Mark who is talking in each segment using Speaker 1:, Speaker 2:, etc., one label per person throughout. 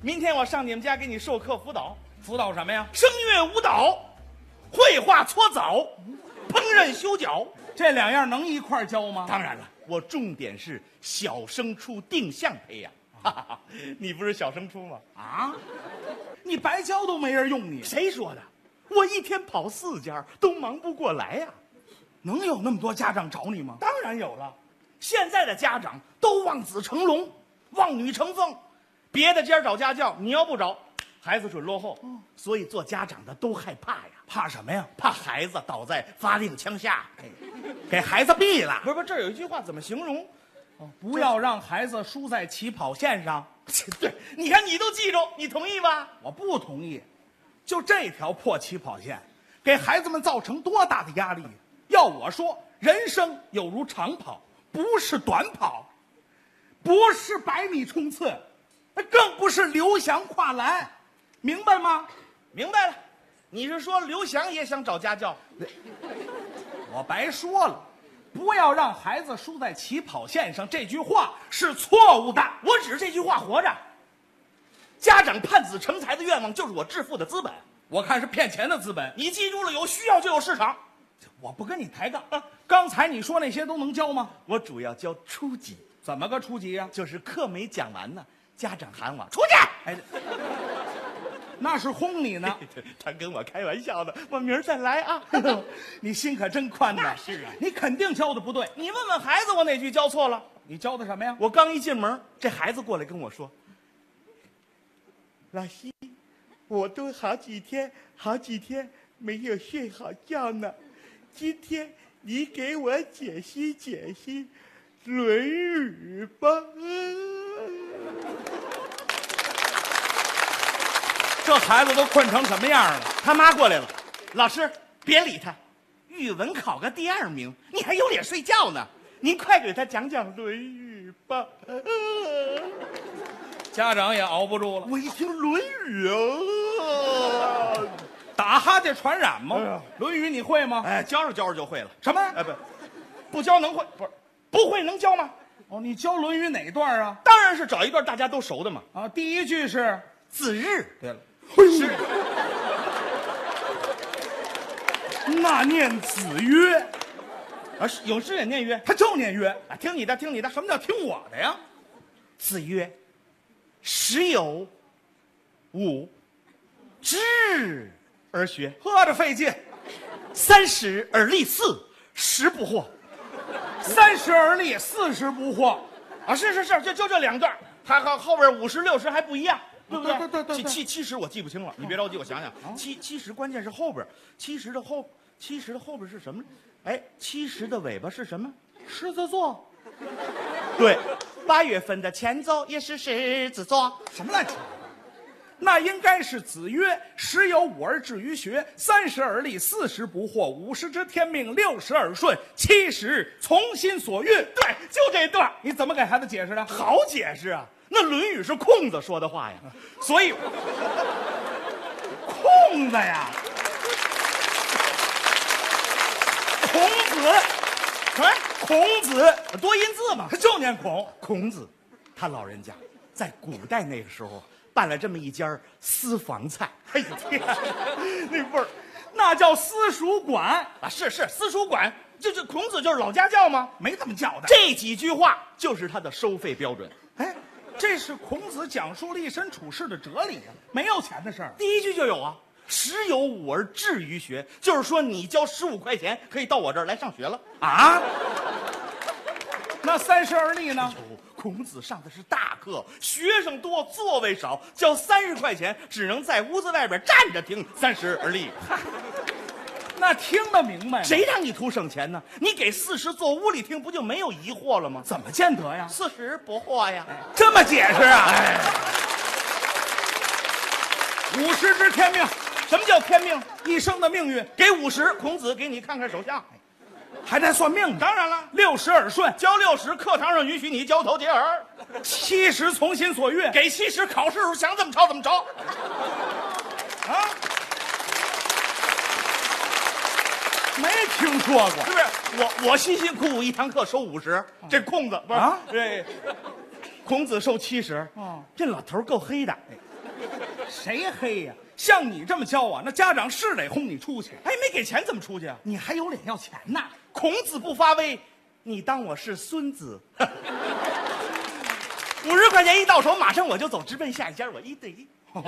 Speaker 1: 明天我上你们家给你授课辅导，
Speaker 2: 辅导什么呀？
Speaker 1: 声乐舞蹈、绘画搓澡、烹饪修脚。
Speaker 2: 这两样哎能一块儿教吗？
Speaker 1: 当然了，我重点是小升初定向培养。哈 哈哈，你不是小升初吗？
Speaker 2: 啊，你白教都没人用你，
Speaker 1: 谁说的？我一天跑四家，都忙不过来呀、
Speaker 2: 能有那么多家长找你吗？
Speaker 1: 当然有了，现在的家长都望子成龙，望女成凤，别的家找家教，你要不找，孩子准落后。所以做家长的都害怕呀，
Speaker 2: 哦怕什么呀？哎
Speaker 1: 怕孩子倒在发令枪下，给孩子毙了。哦
Speaker 2: 不是不是，这有一句话怎么形容？不
Speaker 1: 这
Speaker 2: 要让孩子输在起跑线上。
Speaker 1: 对，你看你都记住，你同意吧？
Speaker 2: 我不同意，就这条破起跑线，给孩子们造成多大的压力？要我说，人生有如长跑，不是短跑，不是百米冲刺，更不是刘翔跨栏，明白吗？
Speaker 1: 明白了，你是说刘翔也想找家教？
Speaker 2: 我白说了，不要让孩子输在起跑线上，这句话是错误的。
Speaker 1: 我指着这句话活着。家长盼子成才的愿望就是我致富的资本。
Speaker 2: 我看是骗钱的资本。
Speaker 1: 你记住了，有需要就有市场。
Speaker 2: 我不跟你抬杠啊！刚才你说那些都能教吗？
Speaker 1: 我主要教初级，
Speaker 2: 怎么个初级呀、
Speaker 1: 就是课没讲完呢，家长喊我出去。
Speaker 2: 哎，那是轰你 呢。
Speaker 1: 他跟我开玩笑的，我明儿再来啊。
Speaker 2: 你心可真宽呐！
Speaker 1: 那是啊
Speaker 2: 你肯定教的不对。
Speaker 1: 你问问孩子，我哪句教错了？
Speaker 2: 你教的什么呀？
Speaker 1: 我刚一进门，这孩子过来跟我说：“老师，我都好几天、好几天没有睡好觉呢，今天你给我解析解析《论语》吧。”
Speaker 2: 这孩子都困成什么样了？
Speaker 1: 他妈过来了，老师别理他，语文考个第二名，你还有脸睡觉呢？您快给他讲讲《论语》吧。
Speaker 2: 家长也熬不住了，
Speaker 1: 我一听《论语》啊，
Speaker 2: 打哈欠传染吗？
Speaker 1: 哎呀
Speaker 2: 论语》你会吗？
Speaker 1: 哎，教着教着就会了。
Speaker 2: 什么？
Speaker 1: 哎，不，不教能会不是？不会能教吗？
Speaker 2: 哦，你教《论语》哪段啊？
Speaker 1: 当然是找一段大家都熟的嘛。
Speaker 2: 啊，第一句是。
Speaker 1: 子日，哎
Speaker 2: 对了，
Speaker 1: 是
Speaker 2: 那念子曰，
Speaker 1: 啊，是有诗也念曰
Speaker 2: 他就念曰。
Speaker 1: 啊，听你的，听你的。什
Speaker 2: 什
Speaker 1: 么？
Speaker 2: 么叫听我的呀？
Speaker 1: 子曰：“时有五，知而学，
Speaker 2: 喝着费劲，
Speaker 1: 三十而立四，十不惑。
Speaker 2: 三十而立，四十不惑。”
Speaker 1: 啊，是是是，就就这两段，还还后边五十六十还不一样，对不对？哦
Speaker 2: 对对对对对
Speaker 1: 七七七十我记不清了，你别着急，我想想，七七十关键是后边，七十的后，七十的后边是什么？哎，七十的尾巴是什么？
Speaker 2: 狮子座，
Speaker 1: 对，八月份的前奏也是狮子座。
Speaker 2: 什么乱七八糟？那应该是子曰：“十有五而志于学，三十而立，四十不惑，五十知天命，六十耳顺，七十从心所欲。”
Speaker 1: 对，就这段儿，
Speaker 2: 你怎么给孩子解释的？
Speaker 1: 好解释啊。那《论语》是孔子说的 话呀，所以
Speaker 2: 空的呀！孔子，哎，孔子，
Speaker 1: 多音字嘛
Speaker 2: 他。就念孔。
Speaker 1: 孔子，他老人家在古代那个时候办了这么一家儿私房菜，哎呦天，那味儿
Speaker 2: 那叫私塾馆，
Speaker 1: 啊！是是，私塾馆，这这孔子就是老家教吗？
Speaker 2: 没这么叫的。
Speaker 1: 这几句话就是他的收费标准。
Speaker 2: 哎，这是孔子讲述立身处世的哲理呀，没有钱的事儿。
Speaker 1: 第一句就有啊，“十有五而志于学”，就是说你交十五块钱可以到我这儿来上学了。
Speaker 2: 啊？那三十而立呢？
Speaker 1: 哦孔子上的是大课，学生多，座位少，交三十块钱只能在屋子外边站着听三十而 立。
Speaker 2: 那听得明白吗？
Speaker 1: 谁让你图省钱呢？你给四十坐屋里听，不就没有疑惑了吗？
Speaker 2: 怎么见得呀？
Speaker 1: 四十不惑呀，
Speaker 2: 这么解释啊？五十知天命，
Speaker 1: 什么叫天命？
Speaker 2: 一生的命运
Speaker 1: 给五十，孔子给你看看手相。
Speaker 2: 还在算命呢。
Speaker 1: 当然了，
Speaker 2: 六十耳顺，
Speaker 1: 交六十，课堂上允许你交头接耳；
Speaker 2: 七十从心所欲。
Speaker 1: 给七十，考试时候想怎么抄怎么抄。
Speaker 2: 啊，没听说
Speaker 1: 是。
Speaker 2: 过
Speaker 1: 不是？我我辛辛苦苦一堂课收五十，这空子不是
Speaker 2: 啊
Speaker 1: 这孔子收七十，
Speaker 2: 哦
Speaker 1: 这老头够黑的。
Speaker 2: 谁黑呀、像你这么教啊，那家长是得轰你出去，
Speaker 1: 哎，没给钱怎么出去啊？
Speaker 2: 你还有脸要钱呐？
Speaker 1: 孔子不发威，你当我是孙子？ 五十块钱一到手，马上我就走，直奔下一家，我一对一。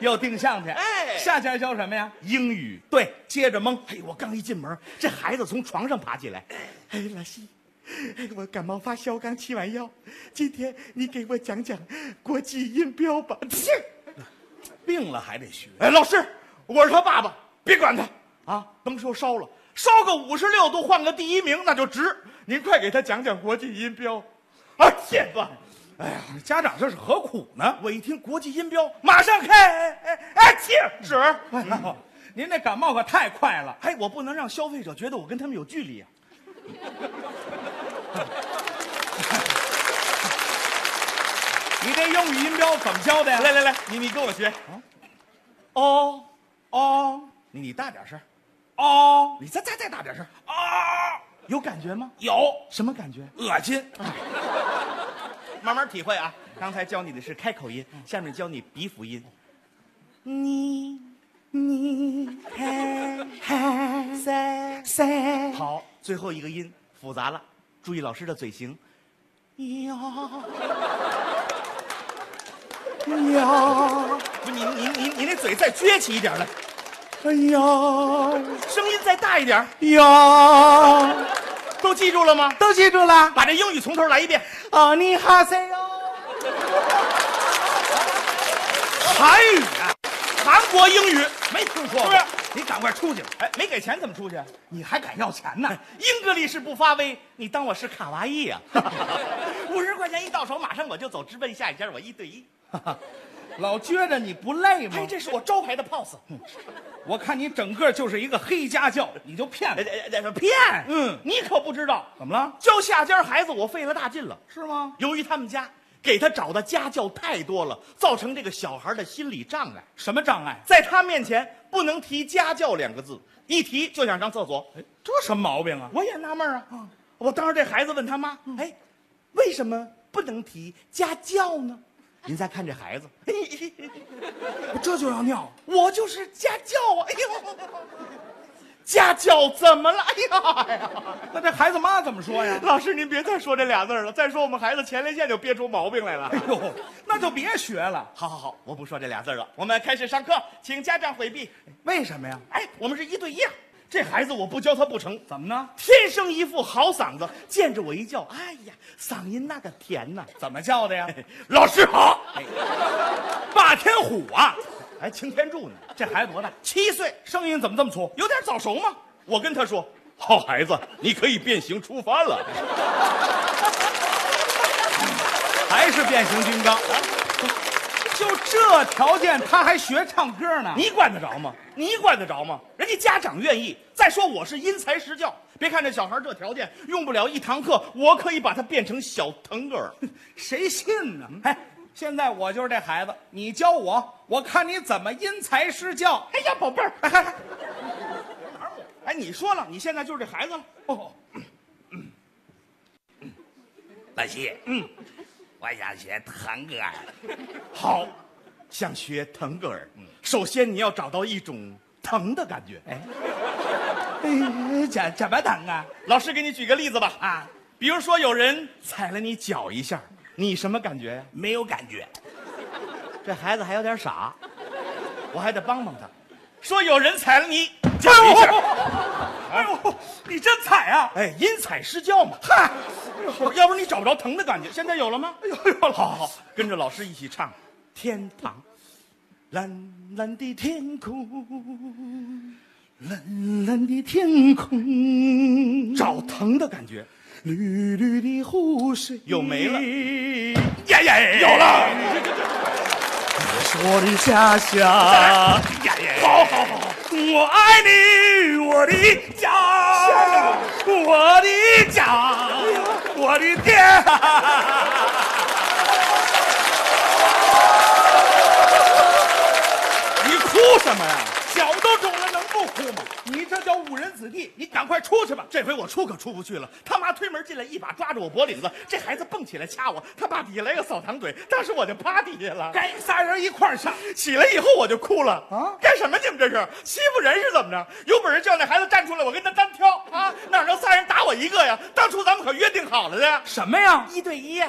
Speaker 2: 又定向去，
Speaker 1: 哎
Speaker 2: 下家教什么呀？
Speaker 1: 英语，
Speaker 2: 对，接着蒙。
Speaker 1: 哎，我刚一进门，这孩子从床上爬起来，哎，老师，哎我感冒发烧刚吃完药，今天你给我讲讲国际音标吧。切
Speaker 2: 病了还得学
Speaker 1: 哎，老师，我是他爸爸，别管他啊，甭说烧了，烧个五十六度换个第一名那就值。您快给他讲讲国际音标。啊，天吧！
Speaker 2: 哎呀，家长这是何苦呢？
Speaker 1: 我一听国际音标，马上开，哎哎哎，切纸。
Speaker 2: 哦您这感冒可太快了，
Speaker 1: 哎，我不能让消费者觉得我跟他们有距离啊！
Speaker 2: 你这英语音标怎么教的呀？
Speaker 1: 来来来，你你跟我学。哦，哦，你你大点声，
Speaker 2: 哦
Speaker 1: 你再再再大点声，
Speaker 2: 啊，
Speaker 1: 有感觉吗？
Speaker 2: 有
Speaker 1: 什么感觉？
Speaker 2: 恶心，
Speaker 1: 慢慢体会啊。刚才教你的是开口音，下面教你鼻辅音。你你嘿嘿塞塞，好，最后一个音复杂了，注意老师的嘴型。呀呀，
Speaker 2: 不，你你你你那嘴再撅起一点来，
Speaker 1: 哎呀
Speaker 2: 声音再大一点，
Speaker 1: 呀，都记住了吗？
Speaker 2: 都记住了。
Speaker 1: 把这英语从头来一遍。
Speaker 2: 哦，你好塞哟。
Speaker 1: 韩语啊，韩国英语，
Speaker 2: 没听说
Speaker 1: 是
Speaker 2: 过，
Speaker 1: 不是
Speaker 2: 你赶快出去吧，
Speaker 1: 哎，没给钱怎么出去啊？
Speaker 2: 你还敢要钱呢？
Speaker 1: 英格力士不发威，你当我是卡哇伊呀、 五十块钱一到手，马上我就走，直奔下一家，我一对一。
Speaker 2: 老撅着你不累吗
Speaker 1: 哎，？这是我招牌的 pose。嗯
Speaker 2: 我看你整个就是一个黑家教，你就骗
Speaker 1: 哎
Speaker 2: 我，
Speaker 1: 哎哎，骗！
Speaker 2: 嗯
Speaker 1: 你可不知道，
Speaker 2: 怎么了？
Speaker 1: 教下家孩子我费了大劲了。
Speaker 2: 是吗？
Speaker 1: 由于他们家给他找的家教太多了，造成这个小孩的心理障碍，
Speaker 2: 什么障碍？
Speaker 1: 在他面前不能提家教两个字，一提就想上厕所。
Speaker 2: 这什么毛病啊？
Speaker 1: 我也纳闷儿啊。我当时这孩子问他妈：“哎，为什么不能提家教呢？”您再看这孩 子，哎
Speaker 2: 我这就要尿，
Speaker 1: 我就是家教啊！哎呦，家教怎么了？哎呀
Speaker 2: 那这孩子妈怎么说呀？
Speaker 1: 老师您别再说这俩字儿了，再说我们孩子前列腺就憋出毛病来了
Speaker 2: 哎。呦，那就别学了。
Speaker 1: 好好好，我不说这俩字儿了，我们开始上课，请家长回避。
Speaker 2: 为什么呀？
Speaker 1: 哎，我们是一对一啊，这孩子我不教他不成。
Speaker 2: 怎么呢？
Speaker 1: 天生一副好嗓子，见着我一叫，哎呀，嗓音那个甜呐、哎
Speaker 2: 怎么叫的呀？
Speaker 1: 老师好，
Speaker 2: 霸天虎啊！
Speaker 1: 还哎擎天柱呢，
Speaker 2: 这孩子多大？
Speaker 1: 七岁，
Speaker 2: 声音怎么这么粗？
Speaker 1: 有点早熟吗？我跟他说，好孩子，你可以变形出发 了。
Speaker 2: 还是变形金刚？就这条件，他还学唱歌呢？
Speaker 1: 你管得着吗？你管得着吗？人家家长愿意。再说我是因材施教，别看这小孩这条件，用不了一堂课，我可以把他变成小腾格尔。
Speaker 2: 谁信
Speaker 1: 嗯
Speaker 2: 呢？哎，现在我就是这孩子，你教我，我看你怎么因材施教。
Speaker 1: 哎呀，宝贝儿，哎哎哎，你说了，你现在就是这孩子了。
Speaker 2: 哦，
Speaker 3: 老师，嗯，我想学腾格尔。
Speaker 1: 好，想学腾格
Speaker 3: 嗯
Speaker 1: 尔，首先你要找到一种疼的感觉。
Speaker 2: 哎，怎怎么疼啊？
Speaker 1: 老师给你举个例子吧，啊，
Speaker 2: 啊，
Speaker 1: 比如说有人踩了你脚一下，你什么感觉呀、
Speaker 3: 没有感觉，
Speaker 1: 这孩子还有点傻，我还得帮帮他。说有人踩了你脚一
Speaker 2: 哎
Speaker 1: 下
Speaker 2: 呦，，哎呦，你真踩啊！
Speaker 1: 哎，因踩施教嘛，哎
Speaker 2: 嗨，
Speaker 1: 要不然你找不着疼的感觉。现在有了吗？哎呦，好好好，跟着老师一起唱《天堂》，蓝蓝的天空，蓝蓝的天空，找疼的感觉。绿绿的湖水又没了，
Speaker 3: 耶耶，
Speaker 1: 有了。
Speaker 3: 我的家乡，耶耶，好好好，我爱你，我的家，我的家，我的天。
Speaker 1: 你哭什么呀？脚都肿了，能不
Speaker 2: 不哭吗？你这叫误人子弟！你赶快出去吧！
Speaker 1: 这回我出可出不去了，他妈推门进来，一把抓住我脖领子，这孩子蹦起来掐我，他爸底下来个扫堂腿，当时我就趴地下了。
Speaker 2: 该仨人一块儿上。
Speaker 1: 起来以后我就哭了
Speaker 2: 啊
Speaker 1: 干什么你们这是欺负人是怎么着？有本事叫那孩子站出来，我跟他单挑啊！哪能仨人打我一个呀？当初咱们可约定好了的呀，
Speaker 2: 什么呀？
Speaker 1: 一对一呀。